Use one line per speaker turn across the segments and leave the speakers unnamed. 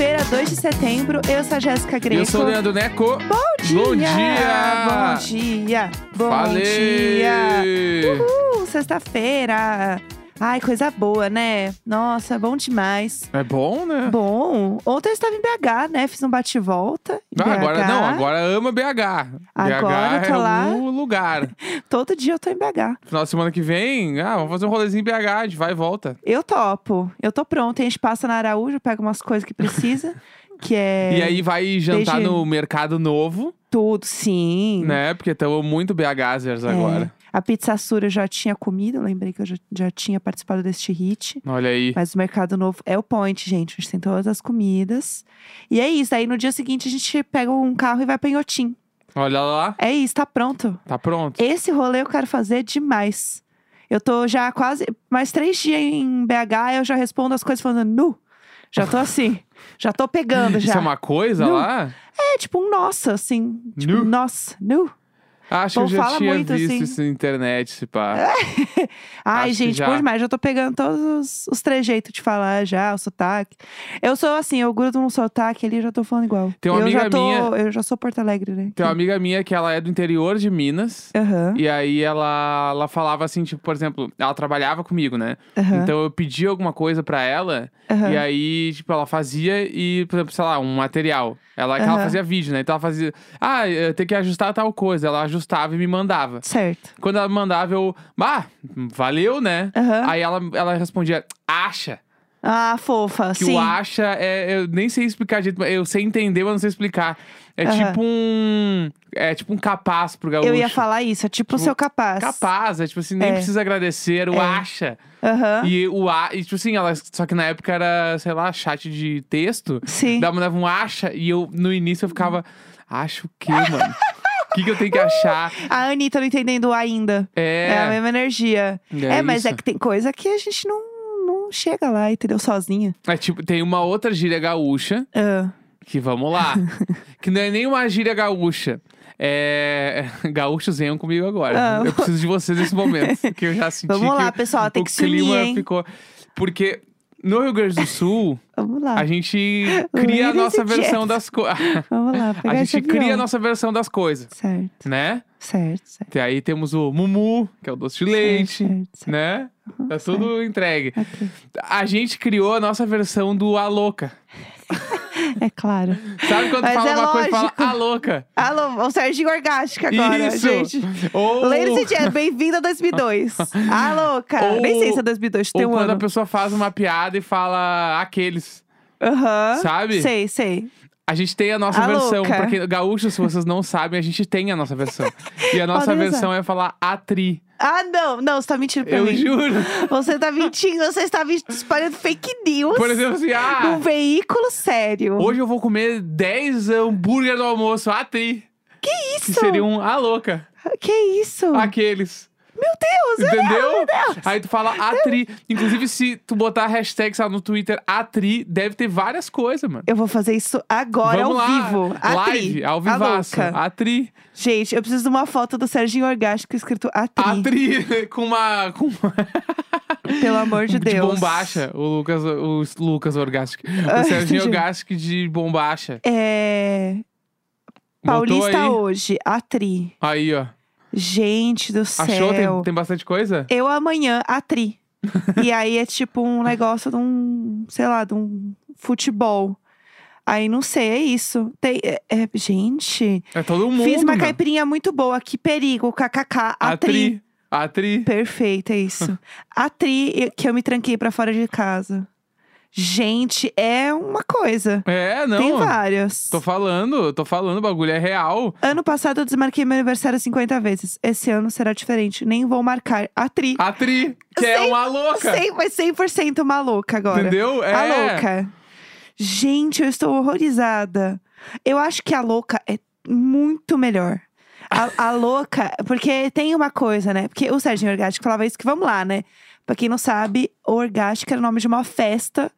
um 2 de setembro. Eu sou a Jéssica Greco.
Eu sou o Leandro Neco.
Bom dia!
Bom dia!
Bom dia! Bom
Falei!
dia! Uhul! Sexta-feira! Ai, coisa boa, né? Nossa, bom demais.
É bom, né?
Bom, ontem eu estava em BH, né? Fiz um bate-volta. em
Ah, agora
BH.
não, agora ama BH.
Agora eu
BH
tô
é
lá.
o lugar.
Todo dia eu tô em BH.
Final de semana que vem, ah, vamos fazer um rolezinho em BH, a gente vai e volta.
Eu topo. Eu tô pronta. A gente passa na Araújo, pega umas coisas que precisa. que é
E aí vai jantar
desde-
no mercado novo,
tudo, sim.
né? Porque estamos muito BHzers
É.
agora.
A pizza Sura eu já tinha comido, eu lembrei que eu já, já tinha participado deste hit.
Olha aí.
Mas o Mercado Novo é o point, gente. A gente tem todas as comidas. E é isso. Aí no dia seguinte a gente pega um carro e vai pra Inhotim.
Olha lá,
É isso, tá pronto.
tá pronto.
Esse rolê eu quero fazer demais. Eu tô já quase mais três dias em BH, eu já respondo as coisas falando nu. Já tô assim, já tô pegando já.
Isso é uma coisa
Não.
lá?
É tipo um nossa, assim. Tipo,
Nu.
nossa, nu.
Acho
Bom,
que eu já
Então fala
tinha
muito,
visto
assim. É.
isso na internet, se pá. Acho
Ai,
que
gente,
já.
bom demais. Já tô pegando todos os, os trejeitos de falar já, o sotaque. Eu sou assim, eu grudo num sotaque ali e já tô falando igual.
Tem uma
eu já
amiga
tô,
minha-
Eu já sou Porto Alegre, né?
Tem uma amiga minha que ela é do interior de Minas.
Aham,
E aí ela, ela falava assim, tipo, por exemplo, ela trabalhava comigo, né?
aham,
Então eu pedi alguma coisa pra ela,
aham.
então, e aí, tipo, ela fazia e, por exemplo, sei lá, um material. Ela, que ela
Aham.
fazia vídeo, né? Então ela fazia, ah, eu tenho que ajustar tal coisa. Ela ajustava e me mandava.
Certo.
Quando ela mandava, eu, ah, valeu, né?
Aham.
Aí ela, ela respondia, acha.
Ah, fofa,
Que
sim.
o acha é. Eu nem sei explicar direito, mas eu sei entender, mas não sei explicar. É
Aham.
tipo um. É tipo um capaz pro gaúcho.
Eu ia falar isso, é tipo o
Tipo,
seu capaz.
Capaz, é tipo assim, nem
É.
precisa agradecer, o
É.
acha.
Aham.
E o a, e tipo assim, ela, só que na época era, sei lá, chat de texto.
Sim.
Dava mandava um acha e eu no início eu ficava, acho o quê, mano? O que, que eu tenho que achar?
A Anitta não entendendo ainda.
É.
a mesma energia.
É
mas é
isso.
que tem coisa que a gente não, não chega lá, entendeu? Sozinha.
É tipo, tem uma outra gíria gaúcha,
Ah,
que vamos lá. que não é nem uma gíria gaúcha. É. Gaúchos venham comigo agora.
Ah.
eu preciso de vocês nesse momento. que eu já senti
Vamos
que
lá, pessoal, tem
o
que se
clima
unir, hein?
ficou. Porque no Rio Grande do Sul.
Vamos lá.
A gente cria a
Ladies
nossa
and
versão das coisas.
Vamos lá, pegar
A
esse
gente cria a
avião.
nossa versão das coisas,
Certo,
né?
certo, certo.
E aí temos o Mumu, que é o doce de leite,
certo, certo.
né? Tá tudo entregue.
Ok.
A gente criou a nossa versão do A Louca.
É claro.
Sabe quando
Mas
fala
é
uma coisa e fala
lógico.
A Louca?
Alô, o Serginho Orgástica agora,
Isso!
gente.
Ou,
Ladies and gentlemen, bem-vindo a 2002. ah, louca.
Ou-
Nem sei se é 2002, tem
ou
um
quando a
ano.
pessoa faz uma piada e fala aqueles.
Aham.
Sabe?
Sei, sei.
A gente tem a nossa
A
versão.
Louca.
Pra quem, gaúcho, se vocês não sabem, a gente tem a nossa versão. E a nossa
Podem usar.
versão é falar atri.
Ah, não. Não, você tá mentindo pra
Eu
mim.
juro.
Você tá mentindo, você está me espalhando fake news.
Por exemplo, assim, ah,
Num veículo sério.
Hoje eu vou comer 10 hambúrguer no almoço, a tri. Que isso? Que seria um Ah. a louca.
Que isso?
Aqueles.
Meu Deus, eu-
Entendeu? Aí tu fala a tri. Inclusive, se tu botar a hashtag sei lá, no Twitter, a tri, deve ter várias coisas, mano.
eu vou fazer isso agora
Vamos
ao
lá.
vivo. Atri.
Live, ao
A
vivaço.
louca.
A tri.
Gente, eu preciso de uma foto do Serginho Orgástico escrito
A
Atri.
tri. Com uma. Com uma
Pelo amor de
de
Deus.
bombacha. O Lucas, o Lucas Orgastic. O
Ah,
Serginho
gente.
Orgastic de bombacha.
É.
Botou
Paulista
aí.
hoje, Atri.
Aí, ó.
Gente do céu.
Achou? Tem, tem bastante coisa?
Eu amanhã, Atri. e aí é tipo um negócio de um, sei lá, de um futebol. Aí não sei, é isso. Tem, é- é- gente,
É todo mundo.
fiz uma
mano.
caipirinha muito boa. Que perigo, kkk,
A
Atri.
tri. A tri.
Perfeito, é isso. A tri que eu me tranquei pra fora de casa. Gente, é uma coisa.
É, não.
Tem várias.
Tô falando, tô falando, o bagulho é real.
Ano passado eu desmarquei meu aniversário 50 vezes. Esse ano será diferente. Nem vou marcar. A tri.
A Tri, que é
Cem-
uma louca.
Cem- mas 100% maluca agora.
Entendeu? É.
A louca. Gente, eu estou horrorizada. Eu acho que a louca é muito melhor. A, a louca, porque tem uma coisa, né? Porque o Serginho Orgástico falava isso, que vamos lá, né? Pra quem não sabe, Orgástico era o nome de uma festa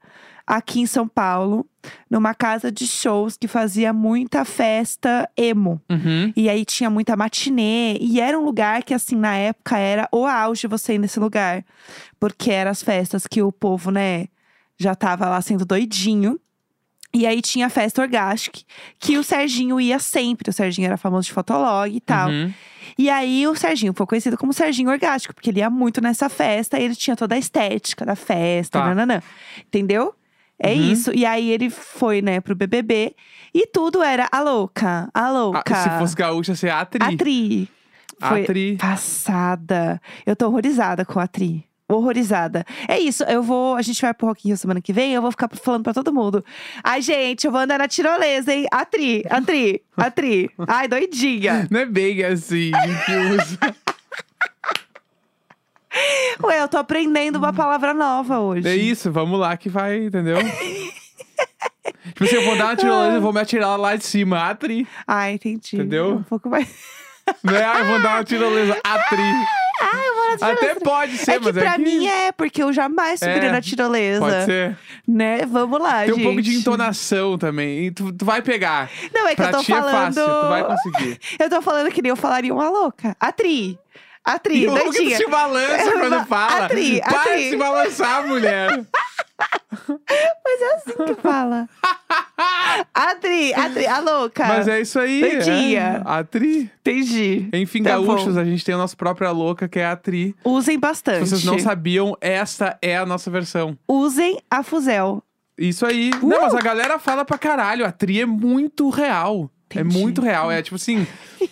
aqui em São Paulo, numa casa de shows que fazia muita festa emo.
Uhum.
E aí tinha muita matinê. E era um lugar que, assim, na época era o auge você ir nesse lugar. Porque eram as festas que o povo, né, já tava lá sendo doidinho. E aí tinha a festa Orgastic, que o Serginho ia sempre. O Serginho era famoso de fotolog e tal.
Uhum.
E aí o Serginho foi conhecido como Serginho Orgástico, porque ele ia muito nessa festa, e ele tinha toda a estética da festa,
Tá.
nananã. Entendeu? É
Uhum.
isso. E aí ele foi, né, pro BBB e tudo era a louca, a
Ah,
louca.
se fosse gaúcha, seria atri.
a Tri. Foi
Atri.
passada. Eu tô horrorizada com a Tri. Horrorizada. É isso, eu vou. A gente vai pro Rock in Rio semana que vem, eu vou ficar falando pra todo mundo. Ai, gente, eu vou andar na tirolesa, hein? A Tri, a Tri, a Tri. Ai, doidinha.
Não é bem assim que usa.
Ué, eu tô aprendendo uma palavra nova hoje.
É isso, vamos lá que vai, entendeu? tipo assim, eu vou dar uma tirolesa, eu vou me atirar lá de cima, atri.
Ah, entendi.
Entendeu?
Um pouco mais.
Não é, ah, eu vou dar uma tirolesa, atri.
Ah, eu vou na tirolesa.
Até pode ser,
é que
mas
pra
é que...
mim é, porque eu jamais subiria
É,
na tirolesa.
Pode ser.
Né? Vamos lá,
Tem um
gente.
pouco de entonação também. E tu, tu vai pegar.
Não, é que
pra
eu tô
ti é
falando.
fácil, tu vai conseguir.
Eu tô falando que nem eu falaria uma louca. Atri. Atri,
E o que tu
doidinha.
se balança
Eu
quando
vou-
fala.
atri,
Para
atri.
de se balançar, mulher.
Mas é assim que fala. Atri, Atri, a louca.
Mas é isso aí. É.
Doidinha.
Atri.
Entendi.
Enfim,
Tá
gaúchos,
bom.
a gente tem a nossa própria louca, que é a Atri.
Usem
Se
bastante.
vocês não sabiam, essa é a nossa versão.
Usem a Fuzel.
Isso aí. Não,
Uh!
mas a galera fala pra caralho. A tri é muito real.
Entendi.
É muito real. É tipo assim,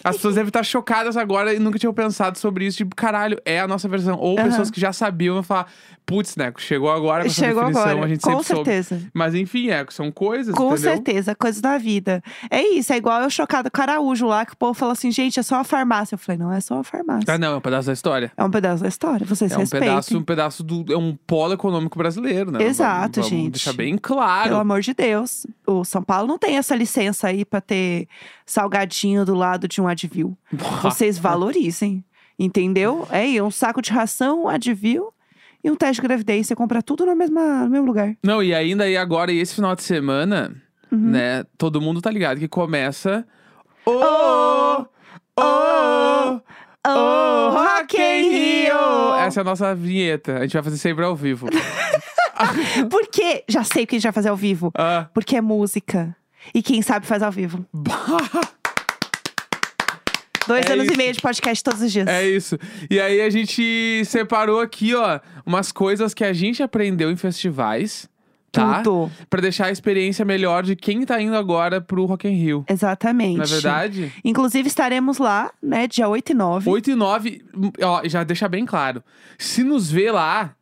as pessoas devem estar chocadas agora e nunca tinham pensado sobre isso. Tipo, caralho, é a nossa versão. Ou
Aham.
pessoas que já sabiam vão falar, putz, né, chegou agora com essa
Chegou
definição,
agora.
a gente
Com
sempre soube.
certeza.
Mas enfim, é, são coisas,
Com
entendeu?
certeza, coisa da vida. É isso, é igual eu chocada com o Araújo lá, que o povo falou assim, gente, é só uma farmácia. Eu falei, não é só uma farmácia.
Ah, não, é um pedaço da história.
É um pedaço da história, vocês
É um
respeitem.
pedaço, um pedaço do. É um polo econômico brasileiro, né?
Exato,
vamos, vamos
gente.
Deixar bem
Pelo
claro.
amor de Deus, o São Paulo não tem essa licença aí pra ter salgadinho do lado de um Advil. Vocês
É.
valorizem, entendeu? É aí, um saco de ração, um Advil e um teste de gravidez. Você compra tudo no mesmo, no mesmo lugar.
Não, e ainda aí agora, e esse final de semana,
Uhum.
né? Todo mundo tá ligado que começa. O
Oh,
oh, oh,
Oh, Rock in Rio!
Essa é a nossa vinheta. A gente vai fazer sempre ao vivo.
Por quê? Já sei o que a gente vai fazer ao vivo.
Ah,
Porque é música. E quem sabe faz ao vivo.
bah,
Dois
É
anos
isso.
e meio de podcast todos os dias.
é isso. E aí a gente separou aqui, ó, umas coisas que a gente aprendeu em festivais, tá?
Tudo.
Pra deixar a experiência melhor de quem tá indo agora pro Rock in Rio.
Exatamente.
Não é verdade?
Inclusive, estaremos lá, né? Dia 8 e 9.
8 e 9, ó, já deixa bem claro. Se nos vê lá,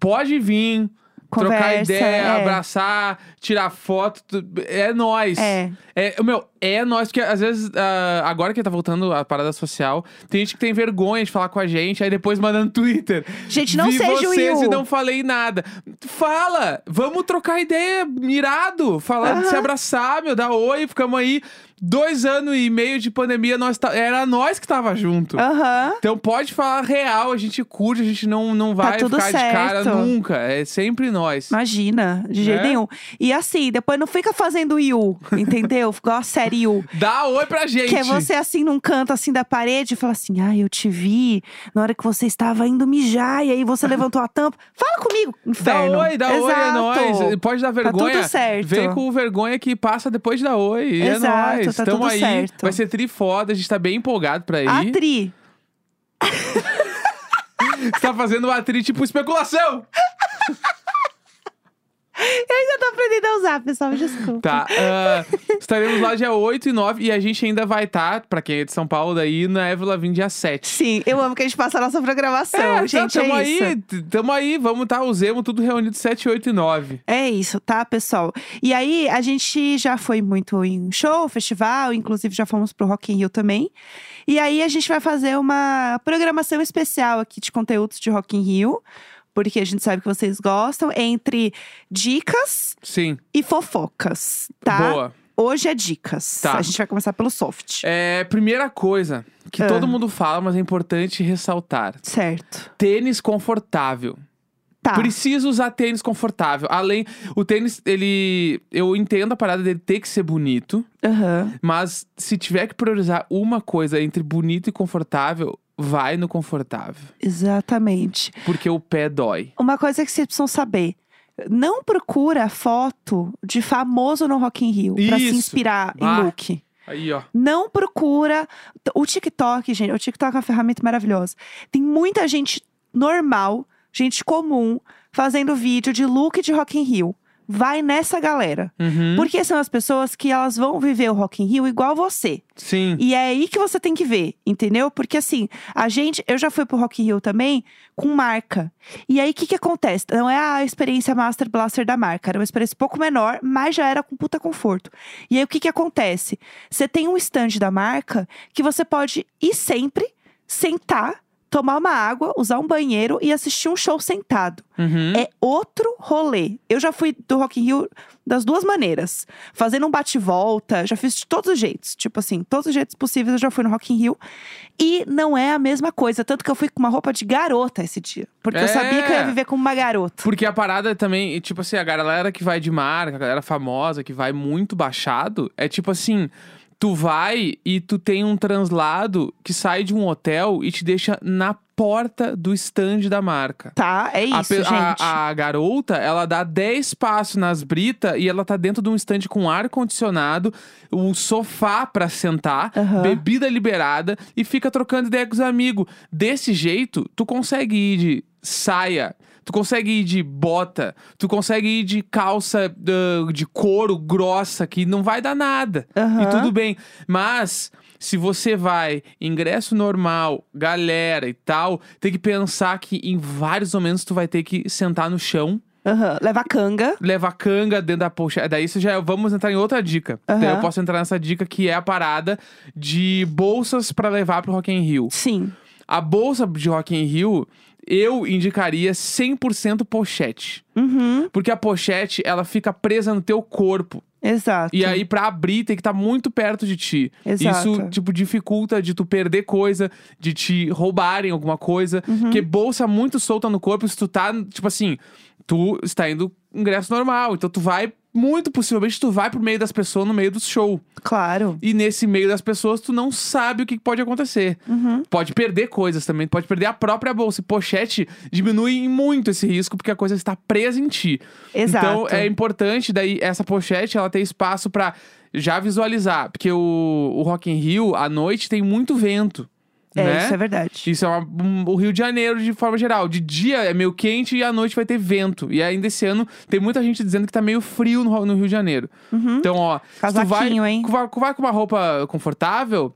pode vir, trocar
Conversa,
ideia,
é.
abraçar, tirar foto. tu- É nós.
É.
É, meu, é nós, porque às vezes, ah, agora que tá voltando a parada social, tem gente que tem vergonha de falar com a gente, aí depois manda no Twitter.
Gente, não
Vi
seja o
vocês
Will."
e não falei nada. Fala! Vamos trocar ideia, mirado. Falar,
Aham.
se abraçar, meu, dar oi, ficamos aí. Dois anos e meio de pandemia, nós tá- era nós que tava junto.
Aham.
Então pode falar real, a gente curte, a gente não, não vai
Tá tudo
ficar de cara
certo.
nunca. É sempre nós.
Imagina, de jeito
Né?
nenhum. E assim, depois não fica fazendo Yu, entendeu? Igual a série Yu.
Dá oi pra gente.
Que é você assim num canto assim da parede e fala assim: Ah, eu te vi na hora que você estava indo mijar, e aí você levantou a tampa. Fala comigo,
Dá
inferno.
oi, dá oi, é
Exato. Tá
nóis. Pode dar vergonha.
tudo certo.
Vem com vergonha que passa depois da oi.
Exato,
é nóis.
tá
Tamo
tudo
aí.
certo. Ah,
Vai ser tri foda, a gente tá bem empolgado pra ir.
A Tri.
Você tá fazendo uma tri tipo especulação.
Eu ainda tô aprendendo a usar, pessoal, me desculpa.
Tá. ah, estaremos lá dia 8 e 9 e a gente ainda vai estar, pra quem é de São Paulo, daí na Evelyn dia 7.
Sim, eu amo que a gente faça a nossa programação,
É,
gente.
tá, tamo
é
aí,
isso.
t- tamo aí, vamos estar tá, o Zemo tudo reunido 7, 8 e 9.
É isso, tá, pessoal? E aí, a gente já foi muito em show, festival, inclusive já fomos pro Rock in Rio também. E aí, a gente vai fazer uma programação especial aqui de conteúdos de Rock in Rio, porque a gente sabe que vocês gostam, entre dicas
Sim,
e fofocas, tá?
boa.
Hoje é dicas.
Tá.
A gente vai começar pelo soft.
É, primeira coisa que
Ah.
todo mundo fala, mas é importante ressaltar:
Certo.
tênis confortável.
Tá.
Precisa usar tênis confortável. Além, o tênis, ele. Eu entendo a parada dele ter que ser bonito,
Aham.
mas se tiver que priorizar uma coisa entre bonito e confortável, vai no confortável.
Exatamente.
Porque o pé dói.
Uma coisa que vocês precisam saber: Não procura foto de famoso no Rock in Rio pra se
Isso.
inspirar
Ah.
em look.
Aí, ó.
Não procura. O TikTok, gente, o TikTok é uma ferramenta maravilhosa. Tem muita gente normal, gente comum, fazendo vídeo de look de Rock in Rio. Vai nessa galera.
Uhum.
Porque são as pessoas que elas vão viver o Rock in Rio igual você.
Sim.
E é aí que você tem que ver, entendeu? Porque assim, a gente, eu já fui pro Rock in Rio também com marca. E aí o que que acontece? Não é a experiência Master Blaster da marca, era uma experiência um pouco menor, mas já era com puta conforto. E aí o que que acontece? Você tem um stand da marca que você pode ir sempre, sentar, tomar uma água, usar um banheiro e assistir um show sentado.
Uhum.
É outro rolê. Eu já fui do Rock in Rio das duas maneiras. Fazendo um bate-volta, já fiz de todos os jeitos. Tipo assim, todos os jeitos possíveis eu já fui no Rock in Rio. E não é a mesma coisa. Tanto que eu fui com uma roupa de garota esse dia. Porque
É.
eu sabia que eu ia viver como uma garota.
Porque a parada também, e, tipo assim, a galera que vai de marca, a galera famosa, que vai muito baixado, é tipo assim. Tu vai e tu tem um translado que sai de um hotel e te deixa na porta do stand da marca.
Tá? É
A
isso,
pe-
gente.
a, a garota, ela dá 10 passos nas britas e ela tá dentro de um estande com ar-condicionado, um sofá pra sentar,
Aham.
bebida liberada e fica trocando ideia com os amigos. Desse jeito, tu consegue ir de saia. Tu consegue ir de bota, tu consegue ir de calça ah, de couro grossa, que não vai dar nada. E
Aham.
tudo bem. Mas se você vai, ingresso normal, galera e tal, tem que pensar que em vários momentos tu vai ter que sentar no chão,
Aham. Leva canga.
levar canga dentro da poxa. Daí isso já é- vamos entrar em outra dica.
Aham.
Então eu posso entrar nessa dica que é a parada de bolsas pra levar pro Rock in Rio.
Sim.
A bolsa de Rock in Rio, eu indicaria 100% pochete.
Uhum.
Porque a pochete, ela fica presa no teu corpo.
Exato.
E aí, pra abrir, tem que estar muito perto de ti.
Exato.
Isso, tipo, dificulta de tu perder coisa, de te roubarem alguma coisa. Porque bolsa é muito solta no corpo, se tu tá, tipo assim, tu está indo ingresso normal. Então tu vai, muito possivelmente, tu vai pro meio das pessoas no meio do show.
Claro.
E nesse meio das pessoas, tu não sabe o que pode acontecer.
Uhum.
Pode perder coisas também, pode perder a própria bolsa. E pochete diminui em muito esse risco, porque a coisa está presa em ti.
Exato.
Então é importante daí essa pochete ela ter espaço pra já visualizar, porque o, o Rock in Rio à noite tem muito vento,
É,
né?
isso é verdade.
Isso é uma- um- o Rio de Janeiro de forma geral. De dia é meio quente e à noite vai ter vento. E ainda esse ano tem muita gente dizendo que tá meio frio no, Ro- no Rio de Janeiro. Então, ó, se tu vai,
Uhum. Casaquinho, hein?
tu vai- tu vai com uma roupa confortável,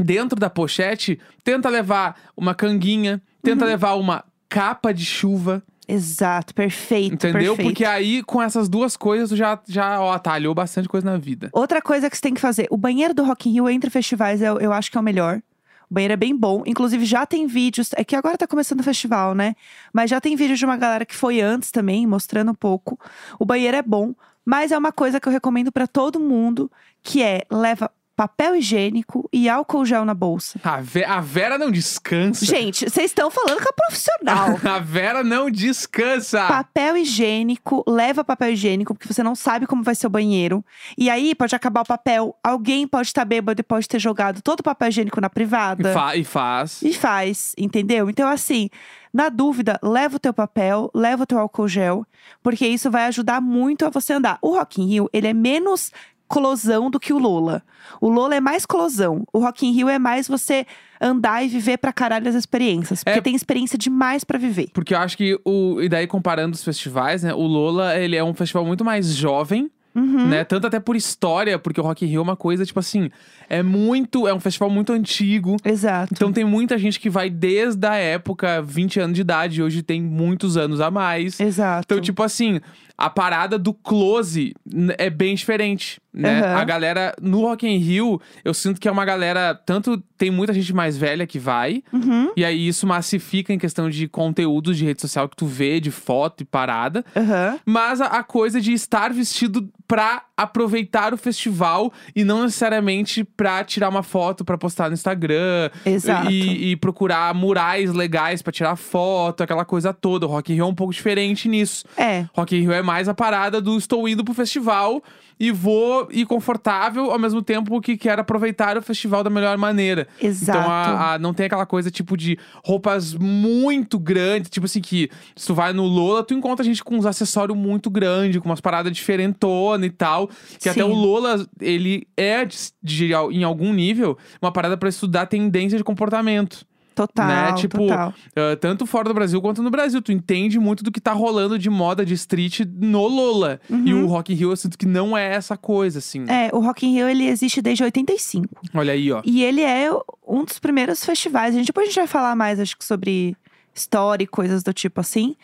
dentro da pochete, tenta levar uma canguinha, tenta
Uhum.
levar uma capa de chuva.
Exato. Perfeito.
Entendeu?
Então, Perfeito.
Porque aí, com essas duas coisas, tu já, já ó, atalhou bastante coisa na vida.
Outra coisa que você tem que fazer: o banheiro do Rock in Rio entre festivais, eu, eu acho que é o melhor. O banheiro é bem bom. Inclusive, já tem vídeos. É que agora tá começando o festival, né? Mas já tem vídeo de uma galera que foi antes também, mostrando um pouco. O banheiro é bom, mas é uma coisa que eu recomendo pra todo mundo: que é leva papel higiênico e álcool gel na bolsa.
A, Ve- a Vera não descansa.
Gente, vocês estão falando que é profissional.
A Vera não descansa.
Papel higiênico, leva papel higiênico, porque você não sabe como vai ser o banheiro. E aí pode acabar o papel, alguém pode estar bêbado e pode ter jogado todo o papel higiênico na
E,
privada.
fa- e faz.
E faz, entendeu? Então, assim, na dúvida, leva o teu papel, leva o teu álcool gel, porque isso vai ajudar muito a você andar. O Rock in Rio, ele é menos closão do que o Lola. O Lola é mais closão. O Rock in Rio é mais você andar e viver pra caralho as experiências. Porque
É.
tem experiência demais pra viver.
Porque eu acho que o. E daí, comparando os festivais, né? O Lola, ele é um festival muito mais jovem.
Uhum.
Né? Tanto até por história, porque o Rock in Rio é uma coisa, tipo assim, é muito. É um festival muito antigo.
Exato.
Então tem muita gente que vai desde a época 20 anos de idade, e hoje tem muitos anos a mais.
Exato.
Então, tipo assim, a parada do close n- é bem diferente, né?
Aham.
A galera no Rock in Rio, eu sinto que é uma galera, tanto tem muita gente mais velha que vai,
Uhum,
e aí isso massifica em questão de conteúdos de rede social que tu vê, de foto e parada.
aham.
Mas a, a coisa de estar vestido pra aproveitar o festival e não necessariamente pra tirar uma foto pra postar no Instagram.
Exato.
E, e procurar murais legais pra tirar foto, aquela coisa toda. O Rock in Rio é um pouco diferente nisso.
É.
Rock in Rio é mais a parada do estou indo pro festival e vou boa e confortável, ao mesmo tempo que quer aproveitar o festival da melhor maneira.
Exato.
Então a- a- não tem aquela coisa tipo de roupas muito grandes, tipo assim, que se tu vai no Lola, tu encontra gente com uns acessórios muito grandes, com umas paradas diferentonas e tal. Que até
Sim.
o Lola, ele é de, de- em algum nível uma parada pra estudar tendência de comportamento.
Total,
né, tipo,
total.
Ah, tanto fora do Brasil quanto no Brasil. Tu entende muito do que tá rolando de moda de street no Lola. E o Rock in Rio, eu sinto que não é essa coisa, assim.
Uhum. É, o Rock in Rio, ele existe desde 85.
Olha aí, ó.
E ele é um dos primeiros festivais. A gente, depois a gente vai falar mais, acho que, sobre história e coisas do tipo assim.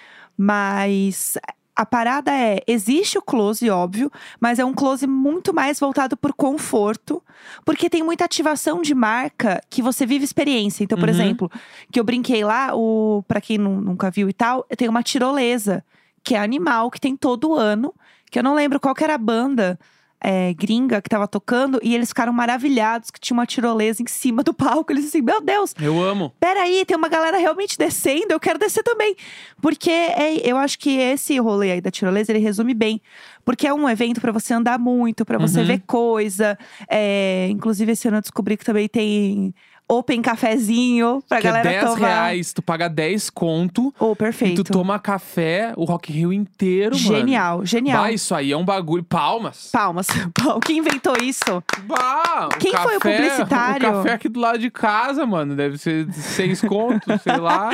Mas a parada é: existe o close, óbvio, mas é um close muito mais voltado por conforto. Porque tem muita ativação de marca que você vive experiência. Então, por
Uhum.
exemplo, que eu brinquei lá, o para quem nu- nunca viu e tal, tem uma tirolesa, que é animal, que tem todo ano. Que eu não lembro qual que era a banda é, gringa que tava tocando e eles ficaram maravilhados que tinha uma tirolesa em cima do palco. Eles assim, meu Deus,
Eu amo.
peraí, tem uma galera realmente descendo, eu quero descer também. Porque é- eu acho que esse rolê aí da tirolesa, ele resume bem. Porque é um evento pra você andar muito, pra você
Uhum.
ver coisa. É, inclusive, esse ano eu descobri que também tem open cafezinho pra
que é
galera
10
tomar.
reais, tu paga 10 conto
Oh,
e
perfeito.
tu toma café o Rock in Rio inteiro, mano.
genial, genial.
Bah, isso aí é um bagulho. Palmas.
Palmas. Quem inventou isso?
Bah, o
Quem foi o
café-
publicitário?
O café aqui do lado de casa, mano. Deve ser seis contos, sei lá.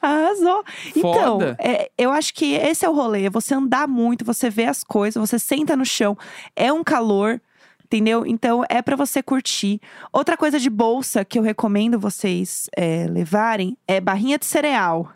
Arrasou. Então,
Foda.
é, eu acho que esse é o rolê. é Você andar muito, você vê as coisas, você senta no chão. É um calor, entendeu? Então, é pra você curtir. Outra coisa de bolsa que eu recomendo vocês é, levarem é barrinha de cereal.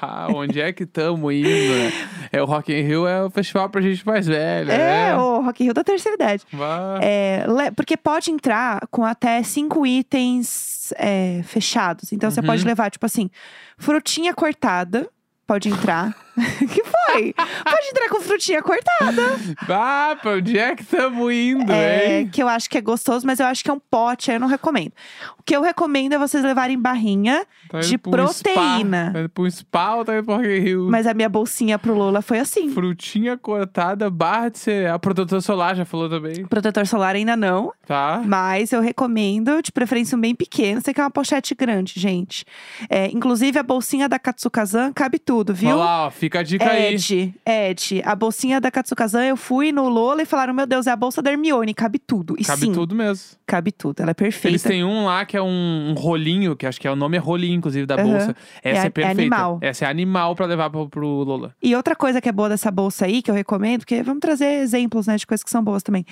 Pá, onde é que tamo indo, né? É, o Rock in Rio é o festival pra gente mais velha,
É,
né?
o Rock in Rio da terceira idade.
Bah.
É, le- porque pode entrar com até cinco itens é, fechados. Então, você
Uhum.
pode levar, tipo assim, frutinha cortada. Pode entrar. que foi? Pode entrar com frutinha cortada.
Bah, pra onde é que estamos indo,
É,
hein?
que eu acho que é gostoso, mas eu acho que é um pote, aí eu não recomendo. O que eu recomendo é vocês levarem barrinha,
Tá indo
de
pra um
proteína.
Spa, tá indo pra um spa ou tá indo pra Rock in Rio?
mas a minha bolsinha pro Lola foi assim.
Frutinha cortada, barra de cereal. Protetor solar já falou também,
Protetor solar ainda não,
tá?
mas eu recomendo, de preferência um bem pequeno, você quer uma pochete grande, gente. É, inclusive a bolsinha da Katsukazan cabe tudo, viu? É,
Olha lá, ó, fica a dica aí.
Ed, Ed, a bolsinha da Katsukazan, eu fui no Lola e falaram: Meu Deus, é a bolsa da Hermione, cabe tudo. E
Cabe
sim,
tudo mesmo.
cabe tudo, ela é perfeita.
Eles têm um lá que é um, um rolinho, que acho que é o nome é rolinho, inclusive, da
Aham.
bolsa. Essa
a-
é,
é
perfeita.
animal.
Essa é animal pra levar pro, pro Lola.
E outra coisa que é boa dessa bolsa aí, que eu recomendo, porque vamos trazer exemplos, né, de coisas que são boas também.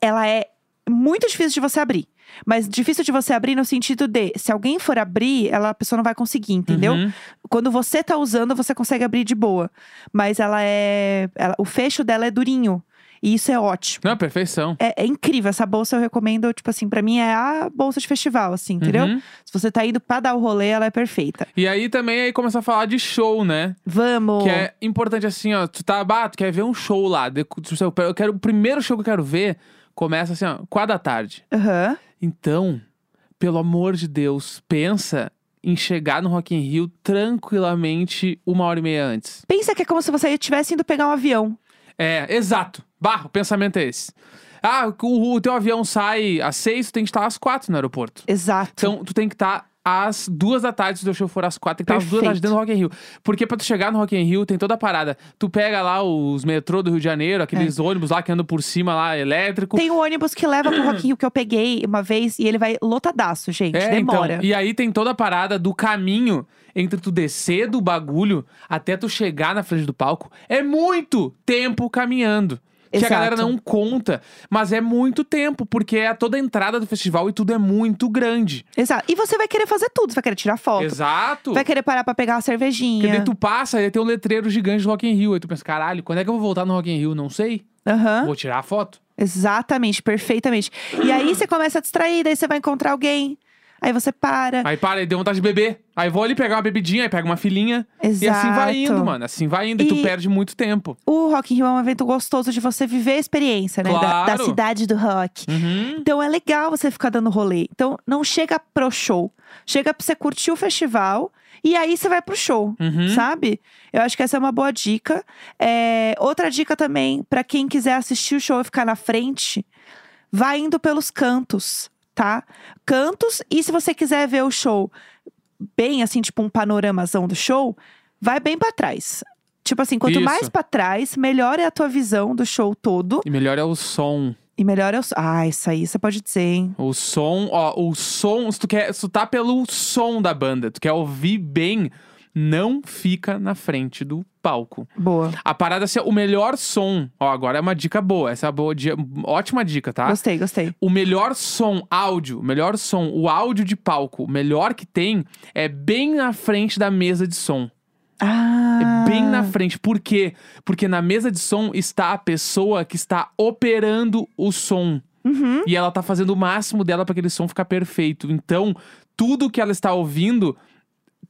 Ela é muito difícil de você abrir. Mas difícil de você abrir no sentido de, se alguém for abrir, ela, a pessoa não vai conseguir, entendeu?
Uhum.
Quando você tá usando, você consegue abrir de boa. Mas ela é. ela- o fecho dela é durinho. E isso é ótimo.
Não, perfeição.
É, é incrível. Essa bolsa eu recomendo, tipo assim, pra mim é a bolsa de festival, assim, entendeu?
Uhum.
Se você tá indo pra dar o rolê, ela é perfeita.
E aí também aí começa a falar de show, né?
Vamos!
Que é importante assim, ó. Tu tá, ah, tu quer ver um show lá. de- tu- tu- Eu quero, o primeiro show que eu quero ver começa assim, ó, quatro da tarde.
Aham.
Então, pelo amor de Deus, pensa em chegar no Rock in Rio tranquilamente uma hora e meia antes.
Pensa que é como se você estivesse indo pegar um avião.
É, exato. Barro, o pensamento é esse. Ah, o, o teu avião sai às seis, tu tem que estar às quatro no aeroporto.
Exato.
Então, tu tem que estar às duas da tarde, se o teu show for às quatro, tem que estar às duas da tarde
Perfeito.
dentro do Rock in Rio. Porque pra tu chegar no Rock in Rio, tem toda a parada. Tu pega lá os metrô do Rio de Janeiro, aqueles ônibus lá que andam por cima lá, elétrico.
Tem um ônibus que leva pro Rock in Rio que eu peguei uma vez e ele vai lotadaço, gente.
É, então,
Demora.
e aí tem toda a parada do caminho entre tu descer do bagulho até tu chegar na frente do palco. É muito tempo caminhando. Que a
Exato.
galera não conta, mas é muito tempo, porque é toda a entrada do festival e tudo é muito grande.
Exato. E você vai querer fazer tudo. Você vai querer tirar foto.
Exato.
Vai querer parar pra pegar uma
Porque daí
cervejinha.
tu passa e tem um letreiro gigante do Rock in Rio. Aí tu pensa, caralho, quando é que eu vou voltar no Rock in Rio? Não sei.
Aham.
Vou tirar a foto.
Exatamente, perfeitamente. E aí você começa a distrair, daí você vai encontrar alguém. Aí você para.
Aí para, aí deu vontade de beber. Aí vou ali pegar uma bebidinha, aí pega uma filhinha.
Exato.
E assim vai indo, mano. Assim vai indo. E, tu
E-
perde muito tempo.
O Rock in Rio é um evento gostoso de você viver a experiência, né? Da- Da,
Claro.
cidade do rock.
Uhum.
Então é legal você ficar dando rolê. Então não chega pro show. Chega pra você curtir o festival e aí você vai pro show.
Uhum.
Sabe? Eu acho que essa é uma boa dica. É, outra dica também, pra quem quiser assistir o show e ficar na frente, vai indo pelos cantos, tá? Cantos, e se você quiser ver o show bem assim, tipo um panoramazão do show, vai bem pra trás. Tipo assim, quanto
Isso.
mais pra trás, melhor é a tua visão do show todo
E melhor é o som.
e melhor é o. Ah, isso aí você pode dizer, hein?
O som, ó, o som, se tu quer, se tu tá pelo som da banda, tu quer ouvir bem, não fica na frente do palco.
Boa.
A parada é ser o melhor som. Ó, agora é uma dica boa, essa é uma boa dia, ótima dica, tá?
Gostei, gostei.
O melhor som, áudio, o melhor som, o áudio de palco, o melhor que tem é bem na frente da mesa de som.
Ah.
É bem na frente. Por quê? Porque na mesa de som está a pessoa que está operando o som.
Uhum.
E ela tá fazendo o máximo dela pra aquele som ficar perfeito. Então, tudo que ela está ouvindo,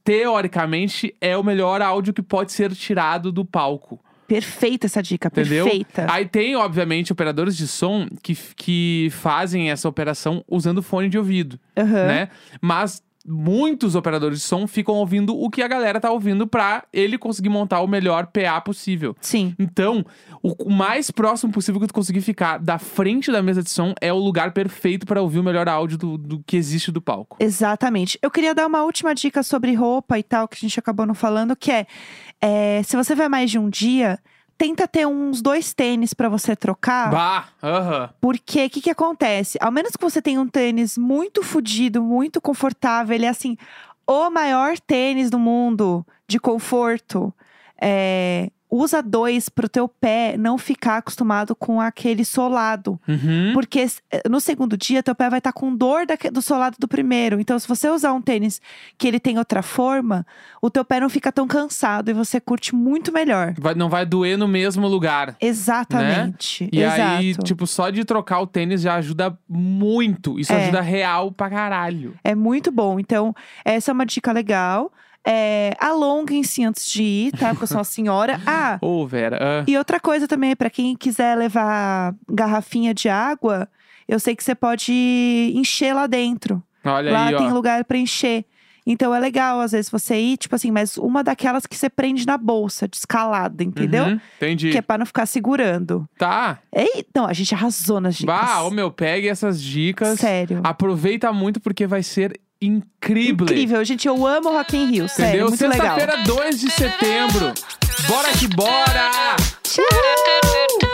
teoricamente, é o melhor áudio que pode ser tirado do palco.
Perfeita essa dica,
Entendeu?
perfeita.
Aí tem, obviamente, operadores de som que, que fazem essa operação usando fone de ouvido,
Aham.
né? Mas muitos operadores de som ficam ouvindo o que a galera tá ouvindo pra ele conseguir montar o melhor PA possível.
Sim.
Então, o o mais próximo possível que tu conseguir ficar da frente da mesa de som é o lugar perfeito para ouvir o melhor áudio do, do que existe do palco.
Exatamente. Eu queria dar uma última dica sobre roupa e tal, que a gente acabou não falando, que é, é, se você vai mais de um dia, tenta ter uns dois tênis pra você trocar.
Bah, aham.
Porque o que, que acontece? Ao menos que você tenha um tênis muito fodido, muito confortável, ele é assim, o maior tênis do mundo de conforto. É, usa dois pro teu pé não ficar acostumado com aquele solado.
Uhum.
Porque s- eh, no segundo dia, teu pé vai estar com dor daque- do solado do primeiro. Então, se você usar um tênis que ele tem outra forma, o teu pé não fica tão cansado e você curte muito melhor.
Vai- não vai doer no mesmo lugar.
Exatamente.
E
Exato.
aí, tipo, só de trocar o tênis já ajuda muito. Isso
É.
ajuda real pra caralho.
É muito bom. Então, essa é uma dica legal. É, Alonguem-se antes de ir, tá? Porque eu sou uma senhora. Ah,
Ô, Vera. ah.
e outra coisa também, pra quem quiser levar garrafinha de água, eu sei que você pode encher lá dentro.
ah, olha
lá
aí,
tem
ó.
lugar pra encher. Então é legal, às vezes, você ir, tipo assim, mas uma daquelas que você prende na bolsa, descalada, entendeu?
Uhum, entendi.
Que é pra não ficar segurando.
Tá.
Ei, não, a gente arrasou nas dicas.
Bah, ô meu, pegue essas dicas.
Sério.
Aproveita muito porque vai ser incrível.
Incrível, gente. Eu amo Rock in Rio, sério.
Entendeu?
Muito legal.
Sexta-feira, 2 de setembro. Bora que bora!
Tchau!